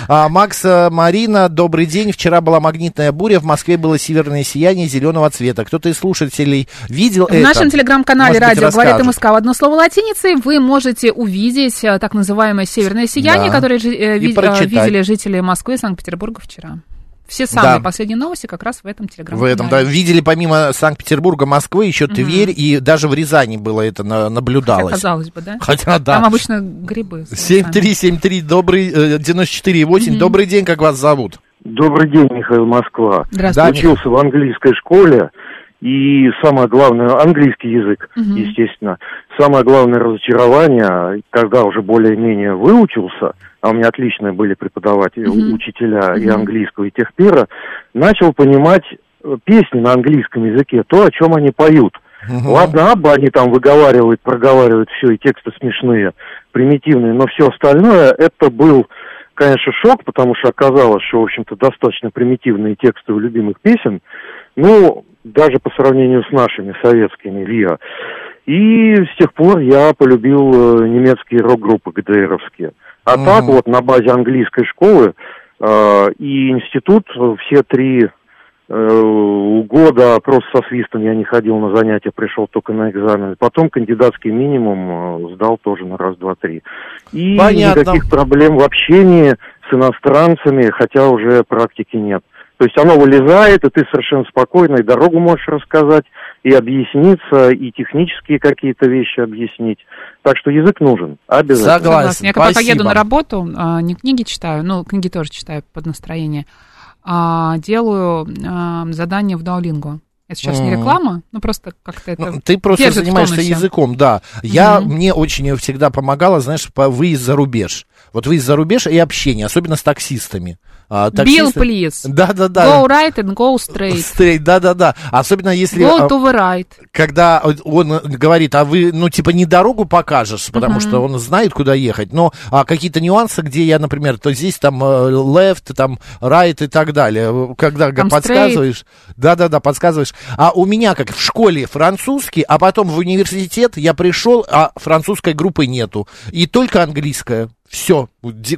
А, Макс, э, Марина, добрый день. Вчера была магнитная буря, в Москве было северное сияние зеленого цвета. Кто-то из слушателей видел
В
это?
нашем телеграм-канале
Может быть,
«Радио говорит
расскажет.
МСК» в одно слово латиницей вы можете увидеть э, так называемое «Северное сияние»,
Да.
которое жи- э,
И
ви- э,
прочитать.
видели жители Москвы и Санкт-Петербурга вчера. Все самые
Да.
последние новости как раз в этом телеграм
В этом, да, видели помимо Санкт-Петербурга, Москвы, еще Тверь, и даже в Рязани было это на- наблюдалось.
Казалось бы, да?
Хотя, да.
Там обычно грибы. с-
7373, добрый, э, 94,8.
Мгм.
Добрый день, как вас зовут?
Добрый день, Михаил Москва.
Здравствуйте.
Учился в английской школе. И самое главное, английский язык,
Мгм.
естественно. Самое главное разочарование, когда уже более-менее выучился, а у меня отличные были преподаватели,
Мгм.
учителя и
Мгм.
английского, и техпира, начал понимать э, песни на английском языке, то, о чем они поют. Ладно, Абба они там выговаривают, проговаривают все, и тексты смешные, примитивные, но все остальное, это был, конечно, шок, потому что оказалось, что, в общем-то, достаточно примитивные тексты у любимых песен, ну, даже по сравнению с нашими советскими ВИА. И с тех пор я полюбил э, немецкие рок-группы ГДРовские. А так вот на базе английской школы э, и институт э, все три э, года просто со свистом я не ходил на занятия, пришел только на экзамен. Потом кандидатский минимум э, сдал тоже на раз, два, три. И
Понятно.
никаких проблем в общении с иностранцами, хотя уже практики нет. То есть оно вылезает, и ты совершенно спокойно и дорогу можешь рассказать, и объясниться, и технические какие-то вещи объяснить. Так что язык нужен, обязательно.
Согласна. Я когда поеду на работу, а, не книги читаю, ну, книги тоже читаю под настроение, а делаю а, задание в Duolingo. Это сейчас не
Мгм.
реклама, ну просто как-то это...
Ну, Ты просто
держит в
занимаешься
тонусе.
языком, да. Я,
Мгм.
мне очень всегда помогала, знаешь, по выезд за рубеж. Вот выезд за рубеж и общение, особенно с таксистами. А,
Bill,
таксисты-
please.
Да-да-да.
Go right and go straight.
Стрейт, да-да-да. Особенно если... а,
Go to the right.
когда он говорит, а вы, ну, типа, не дорогу покажешь, потому что он знает, куда ехать, но а, какие-то нюансы, где я, например, то здесь там э, left, там right и так далее, э, когда
Там
подсказываешь, да-да-да, подсказываешь. А у меня, как в школе французский, а потом в университет я пришел, а французской группы нету, и только английская. Все,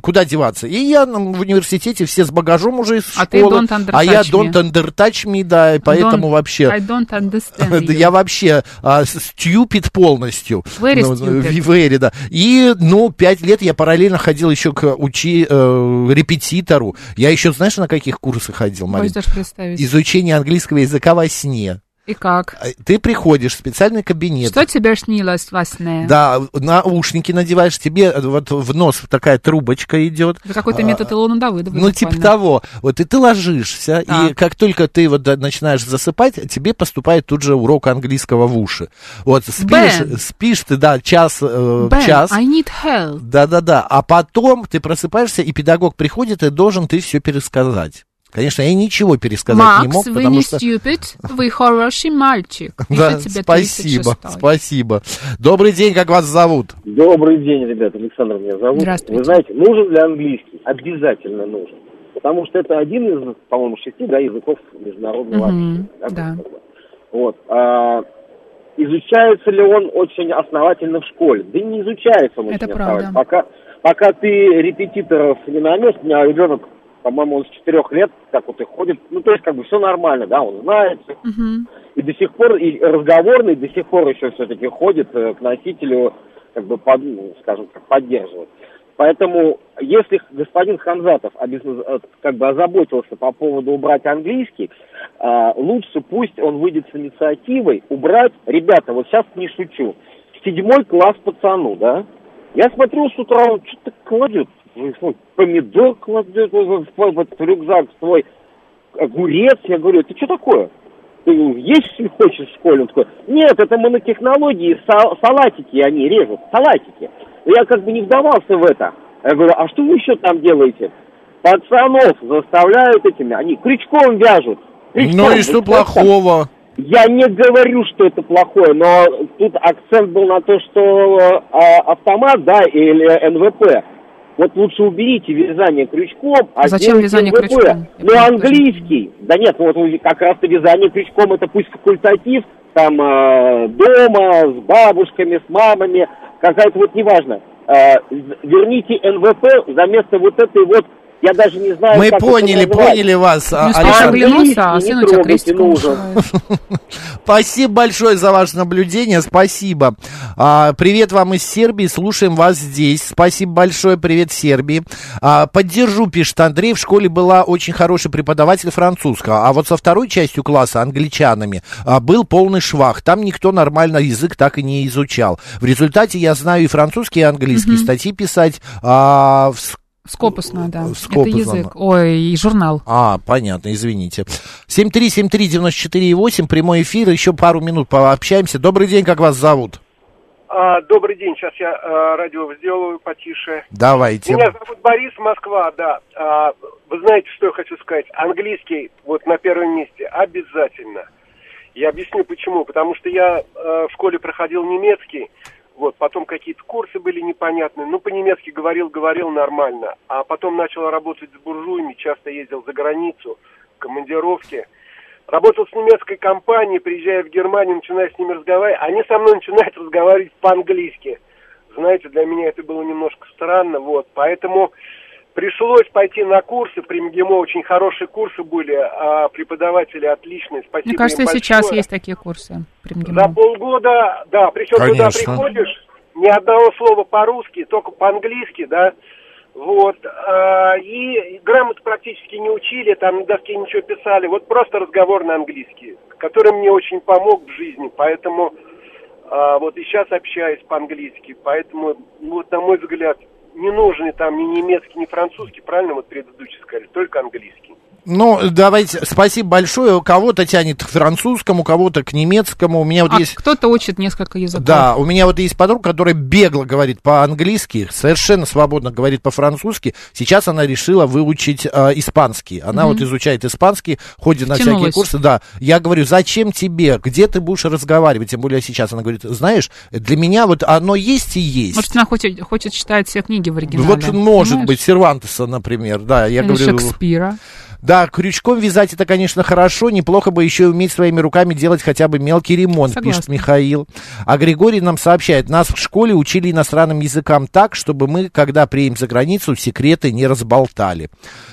куда деваться? И я м, в университете все с багажом уже из
А ты
школы.
don't under
а я
touch me.
don't under touch me, да, и поэтому
Don't-
вообще.
I don't understand
Э, Да
you.
я вообще а, с- stupid полностью.
Very
Ну,
stupid.
в- very, да. И, ну, пять лет я параллельно ходил еще к учи, э, репетитору. Я еще, знаешь, на каких курсы ходил, Марин?
Боюсь даже представить.
Изучение английского языка во сне.
И как?
А, Ты приходишь в специальный кабинет.
Что тебе снилось во сне?
Да, наушники надеваешь, тебе э, вот в нос такая трубочка идет.
Это какой-то
А,
метод Илона Давыдова.
ну, типа
буквально. А.
того. Вот и ты ложишься, и
Так.
как только ты вот да, начинаешь засыпать, тебе поступает тут же урок английского в уши. Вот спишь,
Бен. а
спишь ты, да, час, э,
Ben,
час.
I need help.
Да-да-да. А потом ты просыпаешься, и педагог приходит, и должен ты все пересказать. Конечно, я ничего пересказать
Макс,
не мог,
вы
потому
не
что...
stupid, вы хороший мальчик.
Да,
Пишет тебе
спасибо,
36.
спасибо. Добрый день, как вас зовут?
а
Добрый день, ребята. Александр меня зовут.
Здравствуйте.
Вы знаете, нужен ли английский? Обязательно нужен.
потому что это один из, по-моему, шести да, языков международного
Мгм,
общения. да.
да.
Вот. а, изучается ли он очень основательно в школе? Да и не изучается он
Это
очень
правда.
основательно. Пока, пока ты репетиторов не нанес, у меня ребенок, по-моему, он с четырех лет так вот и ходит. Ну, то есть, как бы все нормально, да, он знает, всё
Мгм.
и до сих пор и разговорный до сих пор еще все-таки ходит э, к носителю, как бы, под- ну, скажем так, поддерживает. Поэтому, если господин Хамзатов обез- э, как бы озаботился по поводу убрать английский, а, лучше пусть он выйдет с инициативой убрать, ребята, вот сейчас не шучу, седьмой класс пацану, да? Я смотрю, с утра он что-то кладет, ну, помидор кладет в свой вот рюкзак свой, огурец. Я говорю, ты что такое? Ты есть если хочешь в школе? Он такой, нет, это мы на технологии, са- салатики они режут, салатики. И Я как бы не вдавался в это. Я говорю, а что вы еще там делаете? Пацанов заставляют этими, они крючком вяжут.
Ну и
Крючком,
что
вот так.
плохого?
Я не говорю, что это плохое, но тут акцент был на то, что э, а, автомат, да, или НВП. Вот лучше уберите вязание крючком, а
Зачем
сделайте
вязание
НВП.
крючком? Я
Ну, английский. Да нет, ну, вот вы как раз-то вязание крючком, это пусть факультатив, там, э, дома, с бабушками, с мамами, какая-то вот неважно. Э, з- верните НВП за место вот этой вот, я даже не знаю,
Мы
как это
поняли,
называть.
поняли вас, а,
Ну, успел
Александр.
оглянуться, а
английский
сын
не
у тебя
трогайте,
крестиком
ну,
называет.
Спасибо большое за ваше наблюдение, спасибо. А, привет вам из Сербии, слушаем вас здесь. Спасибо большое, привет Сербии. А, поддержу, пишет Андрей, в школе была очень хороший преподаватель французского, а вот со второй частью класса, англичанами, а, был полный швах. Там никто нормально язык так и не изучал. В результате я знаю и французский, и английский. Статьи писать а, в
Скопусно, да. Это
Скопусно.
язык. Ой, и журнал.
а, понятно, извините. 7373948, прямой эфир, еще пару минут пообщаемся. Добрый день, как вас зовут?
А, добрый день, сейчас я а, радио сделаю потише.
Давайте.
Меня зовут Борис, Москва, да. А, вы знаете, что я хочу сказать? Английский вот на первом месте обязательно. Я объясню почему. Потому что я э, в школе проходил немецкий, вот, потом какие-то курсы были непонятные. Ну, по-немецки говорил, говорил нормально. А потом начал работать с буржуями, часто ездил за границу, в командировки. Работал с немецкой компанией, приезжая в Германию, начиная с ними разговаривать. Они со мной начинают разговаривать по-английски. Знаете, для меня это было немножко странно, вот. Поэтому пришлось пойти на курсы. При МГИМО очень хорошие курсы были, а преподаватели отличные. Спасибо
Мне кажется, и
им
сейчас
большое.
есть такие курсы. при МГИМО.
За полгода, да, причем туда
Конечно.
приходишь, ни одного слова по-русски, только по-английски, да, вот, а, и грамоту практически не учили, там на доске ничего писали, вот просто разговор на английский, который мне очень помог в жизни, поэтому а, вот и сейчас общаюсь по-английски, поэтому, ну, вот на мой взгляд, не нужны там ни немецкий, ни французский, правильно вот предыдущий сказали, только английский.
Ну, давайте, спасибо большое. У кого-то тянет к французскому, у кого-то к немецкому. У меня вот
А
есть...
кто-то учит несколько языков.
Да, у меня вот есть подруга, которая бегло говорит по-английски, совершенно свободно говорит по-французски. Сейчас она решила выучить э, испанский. Она
Мгм.
вот изучает испанский, ходит на всякие
Втянулась.
курсы. Да, я говорю, зачем тебе, где ты будешь разговаривать? Тем более сейчас она говорит, знаешь, для меня вот оно есть и есть.
Может, она хочет, хочет читать все книги в оригинале.
Вот может
понимаешь?
быть, Сервантеса, например, да, я
Или
говорю...
Шекспира.
Да, крючком вязать это, конечно, хорошо, неплохо бы еще и уметь своими руками делать хотя бы мелкий ремонт, пишет
Согласна.
Михаил. А Григорий нам сообщает, нас в школе учили иностранным языкам так, чтобы мы, когда приедем за границу, секреты не разболтали.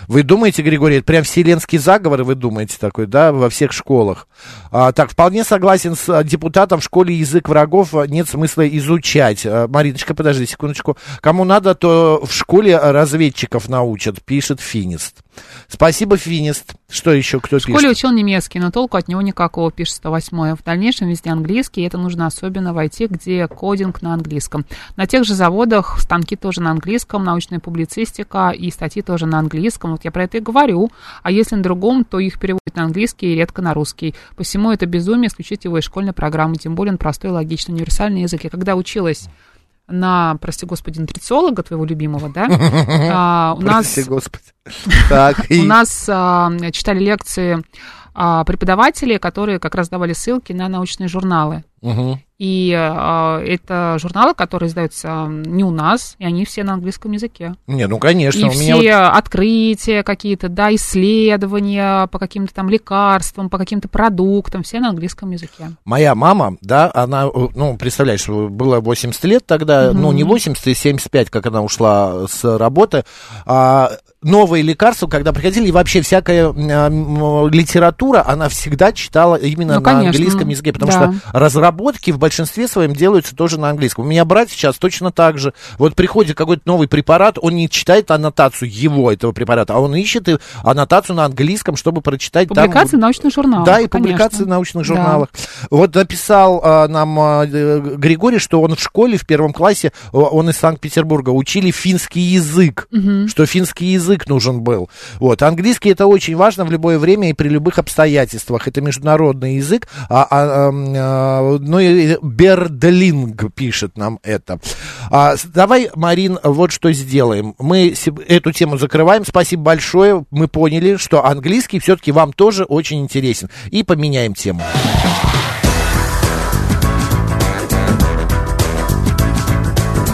Вы думаете, Григорий, это прям вселенский заговор, вы думаете такой, да, во всех школах? А, так, вполне согласен с а, депутатом, в школе язык врагов а, нет смысла изучать. А, Мариночка, подожди секундочку. Кому надо, то в школе разведчиков научат, пишет Финист. Спасибо, Финист. Что еще кто
В школе
пишет?
учил немецкий, но толку от него никакого, пишет 108. В дальнейшем везде английский, и это нужно особенно в IT, где кодинг на английском. На тех же заводах станки тоже на английском, научная публицистика и статьи тоже на английском. Вот я про это и говорю. А если на другом, то их переводят на английский и редко на русский. Посему это безумие исключить его из школьной программы, тем более он простой, логичный, универсальный язык. Я когда училась на, прости господи, нутрициолога твоего любимого, да, а, у нас
Прости, Господи. Так, и...
у нас а, читали лекции а, преподаватели, которые как раз давали ссылки на научные журналы.
Мгм.
И э, это журналы, которые издаются а, не у нас, и они все на английском языке.
Не, ну конечно,
и
у меня
все открытия какие-то, да, исследования по каким-то там лекарствам, по каким-то продуктам, все на английском языке.
Моя мама, да, она, э, ну, представляешь, было 80 лет тогда, ну, не 80, а 75, как она ушла с работы. А, новые лекарства, когда приходили, и вообще всякая м, а, м, литература, она всегда читала именно
Ну,
на
конечно,
английском языке, потому
да.
что разработки в большинстве своем делаются тоже на английском. У меня брат сейчас точно так же. Вот приходит какой-то новый препарат, он не читает аннотацию его, этого препарата, а он ищет и аннотацию на английском, чтобы прочитать там
Публикации в научных журналах.
да, и
конечно.
публикации в научных
Да.
журналах. Вот написал а, нам а, э, Григорий, что он в школе в первом классе, о- он из Санкт-Петербурга, учили финский язык,
Мгм.
что финский язык нужен был. Вот. Английский это очень важно в любое время и при любых обстоятельствах. Это международный язык. А, а, ам, а, ну и Бердлинг пишет нам это. А, с- давай, Марин, вот что сделаем. Мы се- эту тему закрываем. Спасибо большое. Мы поняли, что английский все-таки вам тоже очень интересен. И поменяем тему.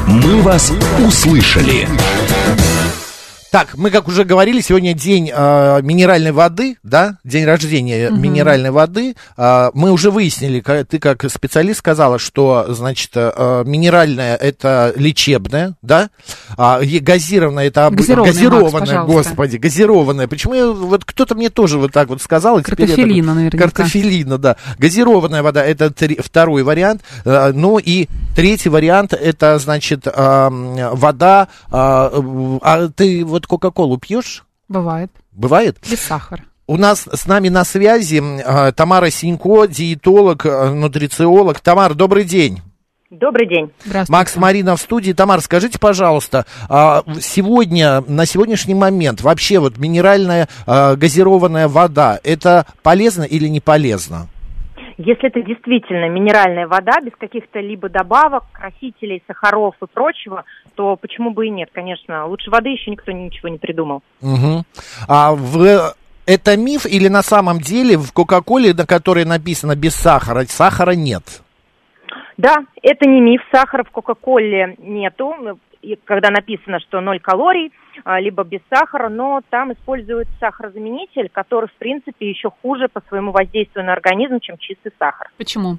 «Мы вас услышали».
Так, мы, как уже говорили, сегодня день э, минеральной воды, да, день рождения минеральной воды. Э, мы уже выяснили, ка- ты как специалист сказала, что, значит, э, минеральная это лечебная, да, а е- газированная это об-
Газированная, Макс, пожалуйста.
господи, газированная. Почему я, вот кто-то мне тоже вот так вот сказал, и теперь я такой-
Картофелина наверняка.
Картофелина, да. Газированная вода это три- второй вариант. Э, Ну и третий вариант это значит а, м, вода. А э, а ты вот Кока-Колу пьешь?
Бывает.
Бывает?
Без сахара.
У нас с нами на связи м, а, Тамара Синько, диетолог, э, нутрициолог. Тамар, добрый день.
Добрый день.
Макс Марина в студии. Тамар, скажите, пожалуйста, а, сегодня, на сегодняшний момент вообще вот минеральная а, газированная вода, это полезно или не полезно?
Если это действительно минеральная вода, без каких-то либо добавок, красителей, сахаров и прочего, то почему бы и нет, конечно. Лучше воды еще никто ничего не придумал.
Мгм. А в это миф или на самом деле в Кока-Коле, на которой написано без сахара, сахара нет?
Да, это не миф, сахара в Кока-Коле нету, и когда написано, что ноль калорий, а, либо без сахара, но там используют сахарозаменитель, который, в принципе, еще хуже по своему воздействию на организм, чем чистый сахар.
Почему?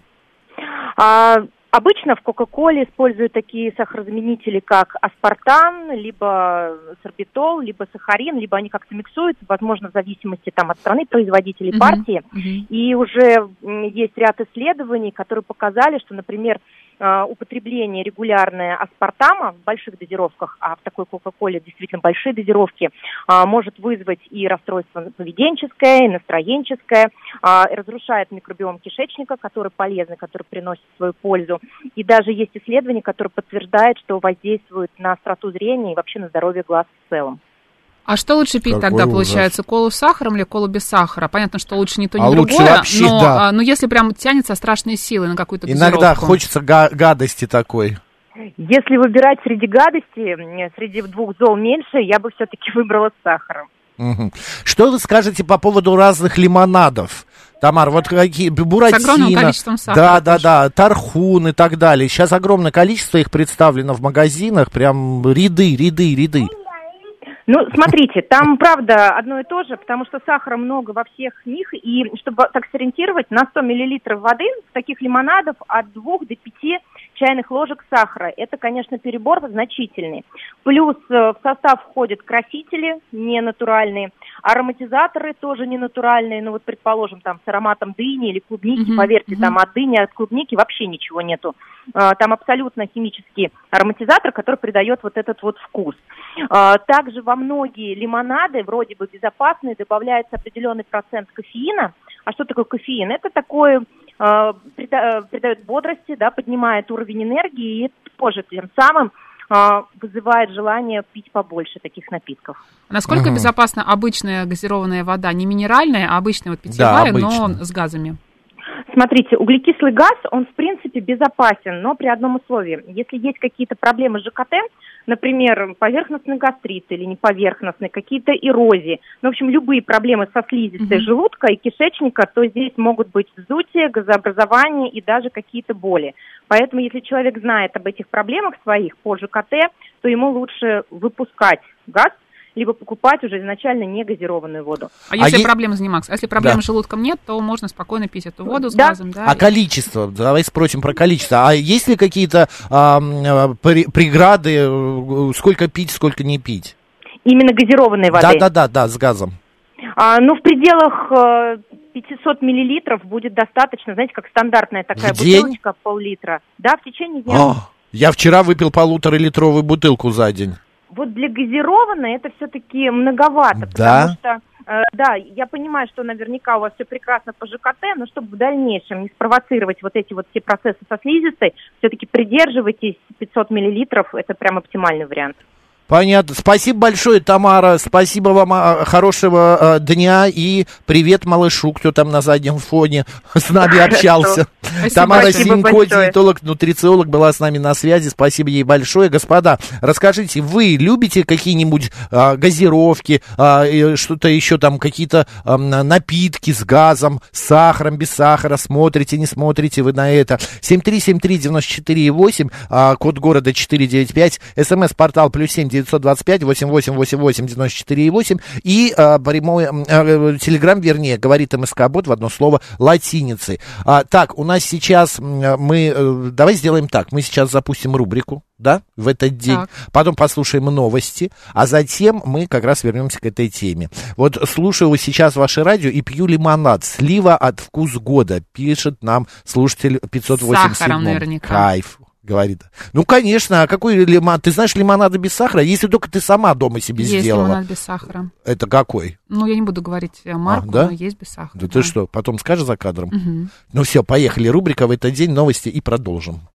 А, обычно в Кока-Коле используют такие сахарозаменители, как аспартан, либо сорбитол, либо сахарин, либо они как-то миксуются, возможно, в зависимости там, от страны производителей
Мгм.
партии.
Мгм.
И уже м, есть ряд исследований, которые показали, что, например, э, употребление регулярное аспартама в больших дозировках, а в такой Кока-Коле действительно большие дозировки, а, может вызвать и расстройство поведенческое, и настроенческое, а, и разрушает микробиом кишечника, который полезный, который приносит свою пользу. И даже есть исследования, которые подтверждают, что воздействует на остроту зрения и вообще на здоровье глаз в целом.
А что лучше пить
Какой
тогда,
ужас.
получается, колу с сахаром или колу без сахара? Понятно, что лучше не то, ни
А лучше
другое.
вообще,
но,
да.
а, но если прям тянется страшные силы на какую-то
Иногда
дозировку.
хочется га- гадости такой.
Если выбирать среди гадости, м, среди двух зол меньше, я бы все-таки выбрала с сахаром.
Мгм. Что вы скажете по поводу разных лимонадов? Тамар, вот какие буратино,
количеством сахара
да, да, да, тархун и так далее. Сейчас огромное количество их представлено в магазинах, прям ряды, ряды, ряды.
Ну, смотрите, там, правда, одно и то же, потому что сахара много во всех них, и чтобы так сориентировать, на 100 миллилитров воды в таких лимонадов от 2 до 5 чайных ложек сахара. Это, конечно, перебор значительный. Плюс э, в состав входят красители ненатуральные, ароматизаторы тоже ненатуральные, ну вот, предположим, там с ароматом дыни или клубники,
Мгм,
поверьте,
мгм.
там от дыни, от клубники вообще ничего нету. Э, Там абсолютно химический ароматизатор, который придает вот этот вот вкус. А, Также во многие лимонады, вроде бы безопасные, добавляется определенный процент кофеина. А что такое кофеин? Это такое э, прида- э, придает бодрости, да, поднимает уровень энергии и позже тем самым э, вызывает желание пить побольше таких напитков.
Насколько
Мгм.
безопасна обычная газированная вода? Не минеральная, а обычная, вот питьевая, но
обычная.
с газами.
Смотрите, углекислый газ, он в принципе безопасен, но при одном условии. Если есть какие-то проблемы с ЖКТ, например, поверхностный гастрит или неповерхностный, какие-то эрозии, ну, в общем, любые проблемы со слизистой желудка и кишечника, то здесь могут быть вздутие, газообразование и даже какие-то боли. Поэтому, если человек знает об этих проблемах своих по ЖКТ, то ему лучше выпускать газ, либо покупать уже изначально негазированную воду.
А если
е-
проблем с немакс? А если проблем
Да.
с желудком нет, то можно спокойно пить эту воду с
Да.
газом, да?
А количество, давай спросим про количество. А есть ли какие-то а, м, а, пре- преграды, э, сколько пить, сколько не пить?
Именно газированной воды.
Да-да-да, да, с газом.
А, ну, в пределах э, 500 миллилитров будет достаточно, знаете, как стандартная такая
В день?
бутылочка пол-литра. Да, в течение дня.
А, я вчера выпил полуторалитровую бутылку за день.
Вот для газированной это все-таки многовато,
Да.
потому что э, да, я понимаю, что наверняка у вас все прекрасно по ЖКТ, но чтобы в дальнейшем не спровоцировать вот эти вот все процессы со слизистой, все-таки придерживайтесь 500 миллилитров, это прям оптимальный вариант.
Понятно. Спасибо большое, Тамара. Спасибо вам. а, Хорошего э, дня и привет малышу, кто там на заднем фоне с нами
Хорошо.
общался.
Спасибо,
Тамара
спасибо
Синько,
большое.
диетолог, нутрициолог, была с нами на связи. Спасибо ей большое. Господа, расскажите, вы любите какие-нибудь а, газировки, а, и что-то еще там, какие-то ам, на- напитки с газом, с сахаром, без сахара? Смотрите, не смотрите вы на это? 7373948, а, код города 495, смс-портал плюс 7 925 8888 94,8 и а, прямой м, э, телеграм, вернее, говорит МСК-бот в одно слово латиницей. А, так, у нас сейчас м, э, мы, э, давай сделаем так, мы сейчас запустим рубрику, да, в этот день,
Так.
потом послушаем новости, а затем мы как раз вернемся к этой теме. Вот слушаю сейчас ваше радио и пью лимонад, слива от вкус года, пишет нам слушатель 587.
сахаром наверняка.
Кайф. Говорит. Ну, конечно, а какой лимонад? Ты знаешь лимонады без сахара, если только ты сама дома себе
Есть
сделала.
лимонад без сахара.
Это какой? А,
Ну, я не буду говорить э, марку,
да?
но есть без сахара.
Да ты что, потом скажешь за кадром?
Мгм.
Ну все, поехали. Рубрика в этот день, новости и продолжим.